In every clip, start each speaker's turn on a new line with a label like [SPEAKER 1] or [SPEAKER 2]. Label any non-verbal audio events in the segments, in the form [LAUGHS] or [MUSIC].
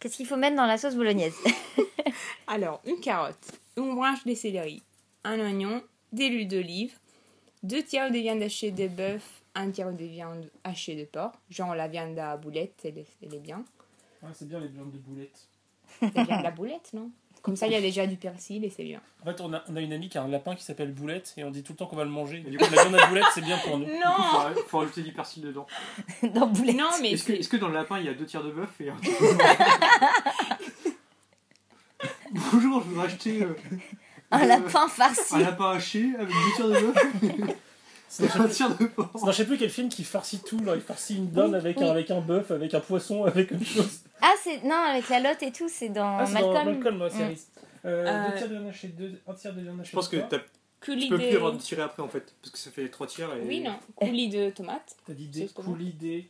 [SPEAKER 1] Qu'est-ce qu'il faut mettre dans la sauce bolognaise [LAUGHS]
[SPEAKER 2] Alors, une carotte, une branche de céleri, un oignon, de l'huile d'olive, deux tiers de viande hachée de bœuf, un tiers de viande hachée de porc, genre la viande à boulette, elle est, elle est bien.
[SPEAKER 3] Ah,
[SPEAKER 4] Ouais, c'est bien les viandes de boulettes.
[SPEAKER 2] La viande à boulette, non Comme ça, il y a déjà du persil et c'est bien.
[SPEAKER 4] En fait, on a, on a une amie qui a un lapin qui s'appelle Boulette et on dit tout le temps qu'on va le manger. Et du coup, la viande à boulette, c'est bien pour nous.
[SPEAKER 2] Non
[SPEAKER 3] Faut, faut rajouter du persil dedans.
[SPEAKER 1] dans boulet
[SPEAKER 2] Non, mais
[SPEAKER 3] Est-ce que,
[SPEAKER 2] c'est-
[SPEAKER 3] est-ce que dans le lapin il y a deux tiers de bœuf et un tiers de Bonjour, je voudrais acheter euh,
[SPEAKER 1] Un
[SPEAKER 3] euh,
[SPEAKER 1] lapin farci.
[SPEAKER 3] un lapin haché avec deux tiers de bœuf
[SPEAKER 4] Sinon,
[SPEAKER 3] et un tiers de porc.
[SPEAKER 4] je sais plus quel film qui farcit tout. Là. Il farcit une dinde
[SPEAKER 1] Oui,
[SPEAKER 4] avec,
[SPEAKER 1] oui.
[SPEAKER 4] Un, avec un bœuf, avec un poisson, avec une chose.
[SPEAKER 1] Ah, c'est. Non, avec la lotte et tout, c'est dans
[SPEAKER 4] Ah, c'est dans
[SPEAKER 1] Malcolm.
[SPEAKER 4] Malcolm, la série. Euh,
[SPEAKER 2] Euh,
[SPEAKER 4] Deux tiers de viande hachée, deux, un tiers de viande hachée.
[SPEAKER 3] Je pense que
[SPEAKER 4] de porc.
[SPEAKER 3] t'as-
[SPEAKER 2] que
[SPEAKER 3] tu peux plus
[SPEAKER 2] l'idée.
[SPEAKER 3] avoir de tirer après en fait, parce que ça fait trois tiers. Et...
[SPEAKER 2] Oui, non, coulis de tomates.
[SPEAKER 4] t'as dit
[SPEAKER 2] C'est
[SPEAKER 4] des
[SPEAKER 2] ce qu'on
[SPEAKER 4] cool idées.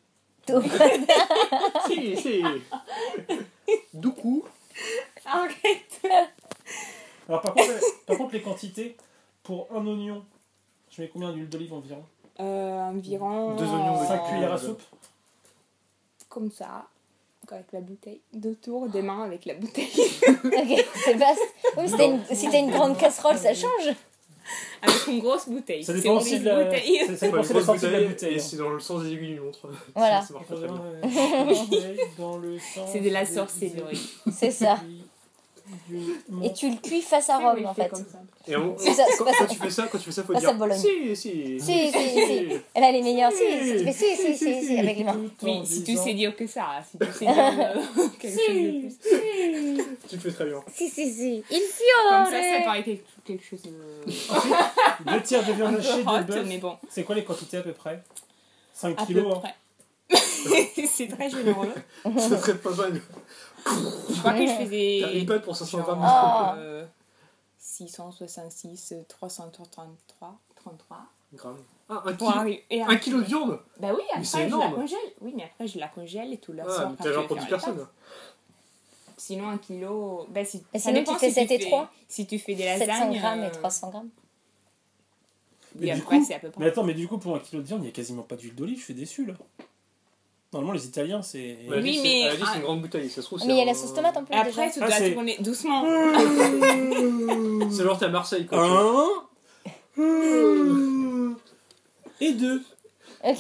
[SPEAKER 3] Si, si. Du coup,
[SPEAKER 2] Ah, ok.
[SPEAKER 4] Alors, par contre, par contre, les quantités pour un oignon, je mets combien d'huile d'olive environ
[SPEAKER 2] Euh, environ.
[SPEAKER 3] Deux oignons de
[SPEAKER 4] 5
[SPEAKER 3] Oh.
[SPEAKER 4] cuillères à soupe.
[SPEAKER 2] Comme ça, avec la bouteille. Deux tours des mains avec la
[SPEAKER 1] [LAUGHS]
[SPEAKER 2] bouteille. [LAUGHS]
[SPEAKER 1] Ok, c'est vaste. Oui, si t'as une, si t'as une grande casserole, ça change.
[SPEAKER 2] avec une grosse bouteille.
[SPEAKER 4] Ça
[SPEAKER 2] C'est
[SPEAKER 4] dépend
[SPEAKER 2] une
[SPEAKER 4] aussi de
[SPEAKER 2] grosse
[SPEAKER 4] la,
[SPEAKER 2] bouteille.
[SPEAKER 4] ça- ça dépend aussi de la sortie de la bouteille. hein.
[SPEAKER 3] et c'est dans le sens des aiguilles d'une montre.
[SPEAKER 1] Voilà.
[SPEAKER 3] Ça marche pas très bien.
[SPEAKER 2] C'est [LAUGHS]
[SPEAKER 4] C'est
[SPEAKER 2] de la sorcellerie.
[SPEAKER 1] C'est ça. Et tu le cuis face à Rome, en fait.
[SPEAKER 3] Et on-
[SPEAKER 1] C'est ça, c'est
[SPEAKER 3] quand,
[SPEAKER 1] pas ça.
[SPEAKER 3] quand tu fais ça, quand tu fais ça, faut
[SPEAKER 1] Pas ça,
[SPEAKER 3] dire.
[SPEAKER 1] Bologne.
[SPEAKER 3] Si, si.
[SPEAKER 1] Si, si, si. Elle a les meilleurs. Si, si, tu fais si, si, si, si, avec les mains.
[SPEAKER 2] Oui, si tu sais dire que ça,
[SPEAKER 1] [LAUGHS]
[SPEAKER 2] si tu sais dire euh, [LAUGHS] quelque chose de plus.
[SPEAKER 3] [LAUGHS] Tu le fais très bien.
[SPEAKER 1] Si, si, si. Il
[SPEAKER 2] Comme ça, ça
[SPEAKER 1] fiore.
[SPEAKER 2] paraît quelque, quelque chose de.
[SPEAKER 4] Deux tiers
[SPEAKER 2] [LAUGHS]
[SPEAKER 4] de viande
[SPEAKER 2] un
[SPEAKER 4] hachée,
[SPEAKER 2] peu
[SPEAKER 4] de
[SPEAKER 2] hot, mais
[SPEAKER 4] bœuf.
[SPEAKER 2] bon,
[SPEAKER 4] C'est quoi les quantités à peu près 5
[SPEAKER 2] à peu
[SPEAKER 4] kilos. hein.
[SPEAKER 2] près. [LAUGHS] c'est très généreux.
[SPEAKER 1] Mhm.
[SPEAKER 3] Ça serait pas mal.
[SPEAKER 2] Je crois que je
[SPEAKER 3] T'as
[SPEAKER 2] faisais.
[SPEAKER 3] une pâte pour 520
[SPEAKER 1] Ah.
[SPEAKER 3] minutes.
[SPEAKER 2] genre, euh, 666, euh, 333, 33.
[SPEAKER 3] Grammes. Ah, un
[SPEAKER 2] Pour
[SPEAKER 3] kilo,
[SPEAKER 2] arriver. et
[SPEAKER 3] un kilo de viande
[SPEAKER 2] Bah oui, après
[SPEAKER 3] c'est
[SPEAKER 2] je la
[SPEAKER 3] énorme.
[SPEAKER 2] congèle. Oui, mais après je la congèle et tout la
[SPEAKER 3] Ah,
[SPEAKER 2] sors
[SPEAKER 3] mais
[SPEAKER 2] quand
[SPEAKER 3] t'as
[SPEAKER 2] je
[SPEAKER 3] genre
[SPEAKER 2] vais
[SPEAKER 3] pour
[SPEAKER 2] faire
[SPEAKER 3] 10
[SPEAKER 2] les
[SPEAKER 3] personnes.
[SPEAKER 2] pâtes. Sinon, un kilo. Bah, si,
[SPEAKER 1] Et
[SPEAKER 2] ça
[SPEAKER 1] sinon,
[SPEAKER 2] dépend
[SPEAKER 1] tu fais
[SPEAKER 2] si
[SPEAKER 1] 7 et
[SPEAKER 2] fais-
[SPEAKER 1] 3.
[SPEAKER 2] Si tu fais des
[SPEAKER 1] 700
[SPEAKER 2] lasagnes.
[SPEAKER 1] grammes
[SPEAKER 2] euh,
[SPEAKER 1] et 300 grammes.
[SPEAKER 2] Oui,
[SPEAKER 4] Mais du
[SPEAKER 2] après
[SPEAKER 4] coup-
[SPEAKER 2] c'est à peu près.
[SPEAKER 4] Mais attends, mais du coup, pour un kilo de viande, il n'y a quasiment pas d'huile d'olive, je suis déçu là. Normalement, les Italiens, c'est.
[SPEAKER 3] Elle
[SPEAKER 4] [LAUGHS]
[SPEAKER 3] a dit
[SPEAKER 2] Oui,
[SPEAKER 3] que
[SPEAKER 2] mais-
[SPEAKER 3] c'est- elle a dit que
[SPEAKER 2] ah.
[SPEAKER 3] c'est une grande bouteille, ça se trouve.
[SPEAKER 1] Mais il y a la sauce tomate en
[SPEAKER 2] Et
[SPEAKER 1] plus déjà.
[SPEAKER 2] après, tu
[SPEAKER 4] Ah,
[SPEAKER 2] dois
[SPEAKER 4] c'est-
[SPEAKER 2] tourner doucement.
[SPEAKER 3] peu. C'est genre t'es à Marseille
[SPEAKER 4] Ah.
[SPEAKER 3] quoi. tu vois.
[SPEAKER 4] Un. Et deux.
[SPEAKER 1] Ok.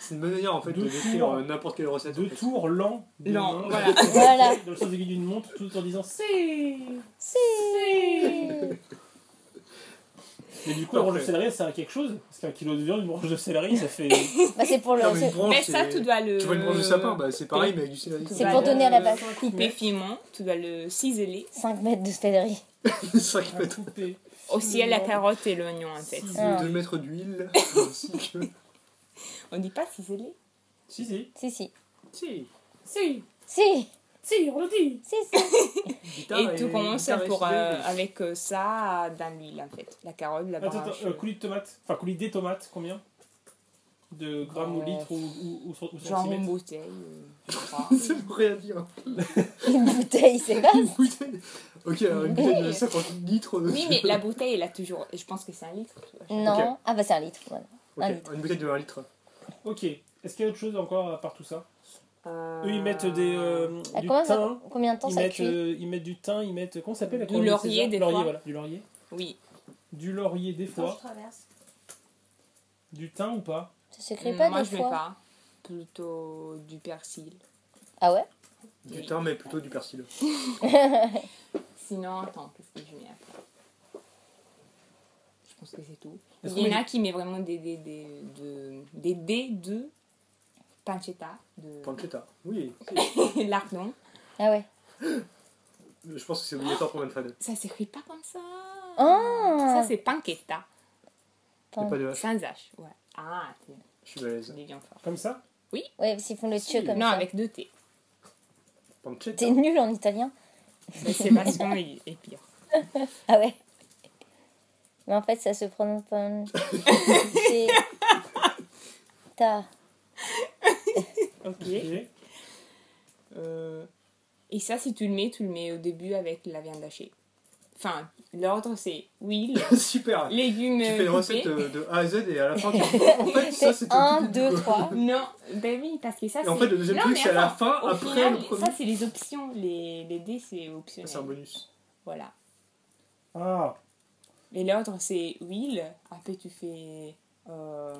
[SPEAKER 3] C'est une bonne manière en fait de
[SPEAKER 4] Deux
[SPEAKER 3] décrire
[SPEAKER 4] tours.
[SPEAKER 3] euh, n'importe quelle recette. en
[SPEAKER 4] Deux
[SPEAKER 3] fait.
[SPEAKER 4] tours lents. de
[SPEAKER 2] Lents,
[SPEAKER 4] main,
[SPEAKER 2] voilà.
[SPEAKER 4] [LAUGHS]
[SPEAKER 1] Voilà.
[SPEAKER 4] Dans le sens aiguille d'une montre, tout en disant c'est.
[SPEAKER 1] Si.
[SPEAKER 4] Mais du coup, la branche de
[SPEAKER 3] Parfait.
[SPEAKER 4] céleri, ça sert à quelque chose Parce qu'un kilo de viande, une branche de céleri, ça fait.
[SPEAKER 1] Bah, c'est pour le.
[SPEAKER 3] Non, mais une
[SPEAKER 1] c'est-
[SPEAKER 4] Oh,
[SPEAKER 3] branche,
[SPEAKER 2] Mais ça,
[SPEAKER 3] c'est-
[SPEAKER 2] tu dois le.
[SPEAKER 3] Tu vois une branche de sapin, bah c'est pareil mais avec du céleri.
[SPEAKER 2] tu
[SPEAKER 1] C'est
[SPEAKER 2] dois
[SPEAKER 1] pour
[SPEAKER 3] [LAUGHS]
[SPEAKER 2] le
[SPEAKER 1] donner à la vache.
[SPEAKER 2] Couper finement, tu dois le ciseler.
[SPEAKER 1] 5 mètres de céleri.
[SPEAKER 3] 5
[SPEAKER 4] à
[SPEAKER 3] mètres.
[SPEAKER 4] couper.
[SPEAKER 2] Aussi à la carotte et l'oignon en fait.
[SPEAKER 1] Ah.
[SPEAKER 3] 2
[SPEAKER 2] [LAUGHS]
[SPEAKER 3] mètres d'huile. ainsi que-
[SPEAKER 2] On dit pas ciseler
[SPEAKER 4] Si, si.
[SPEAKER 1] Si, si.
[SPEAKER 3] Si,
[SPEAKER 2] Si
[SPEAKER 1] Si.
[SPEAKER 2] Si, on le dit
[SPEAKER 1] Si, si.
[SPEAKER 3] guitare
[SPEAKER 2] Et tout commence
[SPEAKER 3] guitare et
[SPEAKER 2] pour,
[SPEAKER 3] ciseaux,
[SPEAKER 2] euh,
[SPEAKER 3] mais-
[SPEAKER 2] avec euh, ça dans l'huile en fait. La carotte, la
[SPEAKER 4] Attends, attends,
[SPEAKER 2] branche.
[SPEAKER 4] euh, coulis de tomates. Enfin, coulis des tomates, combien De grammes ou
[SPEAKER 2] Euh,
[SPEAKER 4] litres ou, ou, ou, cent- ou
[SPEAKER 2] Genre une
[SPEAKER 4] centimètres
[SPEAKER 2] bouteille, euh, je [LAUGHS] crois.
[SPEAKER 3] [LAUGHS] C'est pour rien dire.
[SPEAKER 1] Une bouteille, c'est
[SPEAKER 2] [LAUGHS] Ah.
[SPEAKER 1] pas.
[SPEAKER 3] Une bouteille. Ok, alors une bouteille de 50 litres.
[SPEAKER 2] Oui, mais
[SPEAKER 3] [LAUGHS]
[SPEAKER 2] la bouteille, elle a toujours. Je pense que c'est un litre. tu vois.
[SPEAKER 1] Non. Ah, bah, c'est un litre. Voilà.
[SPEAKER 3] Ok,
[SPEAKER 1] Un litre.
[SPEAKER 3] Une bouteille de 1 litre.
[SPEAKER 4] Ok. Est-ce qu'il y a autre chose encore à part tout ça
[SPEAKER 2] Euh,
[SPEAKER 4] Eux, ils mettent des, euh,
[SPEAKER 1] Ah,
[SPEAKER 4] du
[SPEAKER 1] comment ça-
[SPEAKER 4] thym.
[SPEAKER 1] combien de temps
[SPEAKER 4] Ils
[SPEAKER 1] ça
[SPEAKER 4] mettent,
[SPEAKER 1] cuit
[SPEAKER 4] euh, ils mettent du thym, ils mettent. Comment ça s'appelle la
[SPEAKER 2] Du
[SPEAKER 4] crème de
[SPEAKER 2] laurier,
[SPEAKER 4] César
[SPEAKER 2] des
[SPEAKER 4] laurier,
[SPEAKER 2] fois.
[SPEAKER 4] voilà, du laurier.
[SPEAKER 2] Oui.
[SPEAKER 4] Du laurier, des
[SPEAKER 5] Quand je
[SPEAKER 4] fois.
[SPEAKER 5] traverse.
[SPEAKER 4] Du thym ou pas
[SPEAKER 1] Ça s'écrit pas
[SPEAKER 2] Moi,
[SPEAKER 1] des
[SPEAKER 2] je mets
[SPEAKER 1] fois.
[SPEAKER 2] pas. Plutôt du persil.
[SPEAKER 1] Ah ouais
[SPEAKER 3] Du thym, mais plutôt du persil.
[SPEAKER 2] Sinon, attends, qu'est-ce que je mets après Je pense que c'est tout.
[SPEAKER 4] Est-ce
[SPEAKER 2] Il y
[SPEAKER 4] qu'on
[SPEAKER 2] en a qui met vraiment des dés des, de, des dés de pancetta, de [LAUGHS]
[SPEAKER 3] Pancetta. Oui,
[SPEAKER 2] lardon.
[SPEAKER 1] Ah ouais.
[SPEAKER 3] si. je pense que c'est obligatoire pour Manfred.
[SPEAKER 2] Ça s'écrit pas comme ça.
[SPEAKER 1] Ah
[SPEAKER 2] Ça, c'est pancetta,
[SPEAKER 3] Il n'y a pas de H.
[SPEAKER 2] sans H. Ouais. Ah, t'es-
[SPEAKER 3] Je suis malaise.
[SPEAKER 2] t'es bien fort.
[SPEAKER 4] Comme ça
[SPEAKER 1] Ouais, parce qu'ils font le
[SPEAKER 3] Si.
[SPEAKER 1] tue comme
[SPEAKER 2] non,
[SPEAKER 1] ça.
[SPEAKER 2] avec
[SPEAKER 1] [LAUGHS]
[SPEAKER 2] deux T.
[SPEAKER 3] Pancetta.
[SPEAKER 1] T'es nul en italien.
[SPEAKER 2] Mais Sébastien est, est pire.
[SPEAKER 1] Ah ouais. Mais en fait, ça se prononce pas.
[SPEAKER 4] [LAUGHS]
[SPEAKER 1] C'est. Ta.
[SPEAKER 2] Ok.
[SPEAKER 4] Ok.
[SPEAKER 2] Euh, et ça, si tu le mets, tu le mets au début avec la viande hachée. Enfin, l'ordre c'est huile,
[SPEAKER 3] [LAUGHS] Super.
[SPEAKER 2] légumes.
[SPEAKER 3] Tu fais une
[SPEAKER 2] coupés.
[SPEAKER 3] recette euh, de A à Z et à la
[SPEAKER 1] [LAUGHS]
[SPEAKER 3] fin, tu... en fait, ça
[SPEAKER 1] C'est
[SPEAKER 3] c'était.
[SPEAKER 1] 1, 2, 3.
[SPEAKER 2] Non, ben oui, parce que ça
[SPEAKER 3] Et
[SPEAKER 2] c'est.
[SPEAKER 3] en fait, le deuxième
[SPEAKER 2] Non,
[SPEAKER 3] truc,
[SPEAKER 2] mais
[SPEAKER 3] c'est à la
[SPEAKER 2] attends,
[SPEAKER 3] fin,
[SPEAKER 2] Au
[SPEAKER 3] après
[SPEAKER 2] final,
[SPEAKER 3] le premier.
[SPEAKER 2] ça c'est les options. Les, les dés c'est
[SPEAKER 3] Ah,
[SPEAKER 2] optionnel.
[SPEAKER 3] C'est un bonus.
[SPEAKER 2] Voilà.
[SPEAKER 4] Ah,
[SPEAKER 2] Et l'ordre c'est huile, après tu fais. Euh,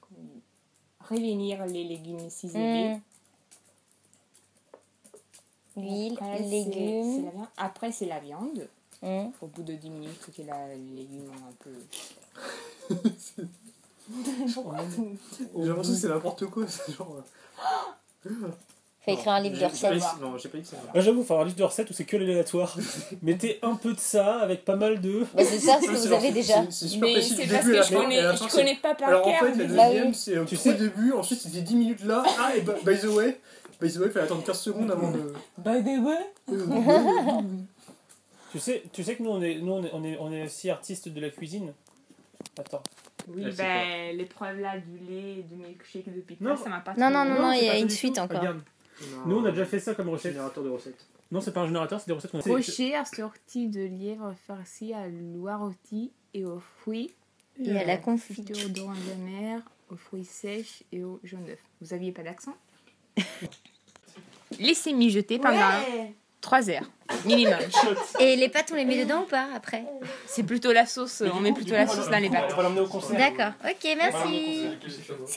[SPEAKER 2] comment- Révenir les légumes ciselés.
[SPEAKER 1] Hmm. L'huile,
[SPEAKER 2] Après, c'est- c'est la
[SPEAKER 1] légumes.
[SPEAKER 2] viande. Après c'est la viande.
[SPEAKER 1] Hmm.
[SPEAKER 2] Au bout de 10 minutes, c'est que la, les légumes ont un peu. Pourquoi tu-
[SPEAKER 3] J'ai l'impression que c'est
[SPEAKER 1] Mm-hmm.
[SPEAKER 3] n'importe quoi. C'est genre.
[SPEAKER 1] Faut écrire un livre de recettes. Bah,
[SPEAKER 3] Non, j'ai pas dit que ça.
[SPEAKER 4] Là, Ah, j'avoue, faut avoir un livre de recettes où c'est
[SPEAKER 2] [LAUGHS]
[SPEAKER 4] que l'aléatoire. Mettez un peu de ça avec pas mal de.
[SPEAKER 1] Bah, c'est ça ce que
[SPEAKER 3] Ça, Ah, c'est
[SPEAKER 1] vous
[SPEAKER 3] genre-
[SPEAKER 1] avez déjà.
[SPEAKER 3] c'est- C'est super
[SPEAKER 2] Mais
[SPEAKER 3] précis
[SPEAKER 2] c'est
[SPEAKER 3] du
[SPEAKER 2] parce que
[SPEAKER 3] début à la
[SPEAKER 2] je
[SPEAKER 3] fin. et
[SPEAKER 2] connais,
[SPEAKER 3] à la
[SPEAKER 2] je
[SPEAKER 3] fin, c'est-
[SPEAKER 2] connais pas par
[SPEAKER 3] Alors en
[SPEAKER 2] cœur.
[SPEAKER 3] fait, la
[SPEAKER 2] mais-
[SPEAKER 1] Bah oui.
[SPEAKER 3] deuxième, c'est euh,
[SPEAKER 4] Tu
[SPEAKER 3] tu
[SPEAKER 4] sais-
[SPEAKER 3] sais début, ensuite il dit 10 minutes là, ah et by, by the way, by the way, il fallait attendre 15 secondes avant de.
[SPEAKER 1] [LAUGHS]
[SPEAKER 2] By the way.
[SPEAKER 4] Tu sais, tu sais que nous, on est, nous, on est, on est, on est aussi artistes de la cuisine. Attends.
[SPEAKER 2] Oui,
[SPEAKER 3] Là, c'est
[SPEAKER 2] ben l'épreuve là du lait et du milkshake de pizza,
[SPEAKER 4] Non.
[SPEAKER 2] ça m'a pas
[SPEAKER 1] Non,
[SPEAKER 2] trop-
[SPEAKER 1] non, non, non,
[SPEAKER 4] c'est
[SPEAKER 1] il y a
[SPEAKER 4] pas ça
[SPEAKER 1] une
[SPEAKER 4] du
[SPEAKER 1] suite
[SPEAKER 4] tout.
[SPEAKER 1] encore.
[SPEAKER 4] Regarde. Nous, on a déjà fait ça comme recette.
[SPEAKER 3] Générateur de recettes.
[SPEAKER 4] Non, c'est pas un générateur, c'est des recettes qu'on a fait.
[SPEAKER 2] Rocher sortie de lièvre farci à l'oie rôti et aux fruits.
[SPEAKER 1] Et à la confiture.
[SPEAKER 2] confiture d'orange amère, aux fruits sèches et aux jaunes d'œufs. Vous aviez pas [LAUGHS] d'accent Laissez mijoter pendant 3 heures minimum.
[SPEAKER 1] Et les pâtes, on les met dedans ou pas après
[SPEAKER 2] C'est plutôt la sauce, on met plutôt la sauce dans les pâtes.
[SPEAKER 4] On va l'emmener au concert.
[SPEAKER 1] D'accord. Ok, merci.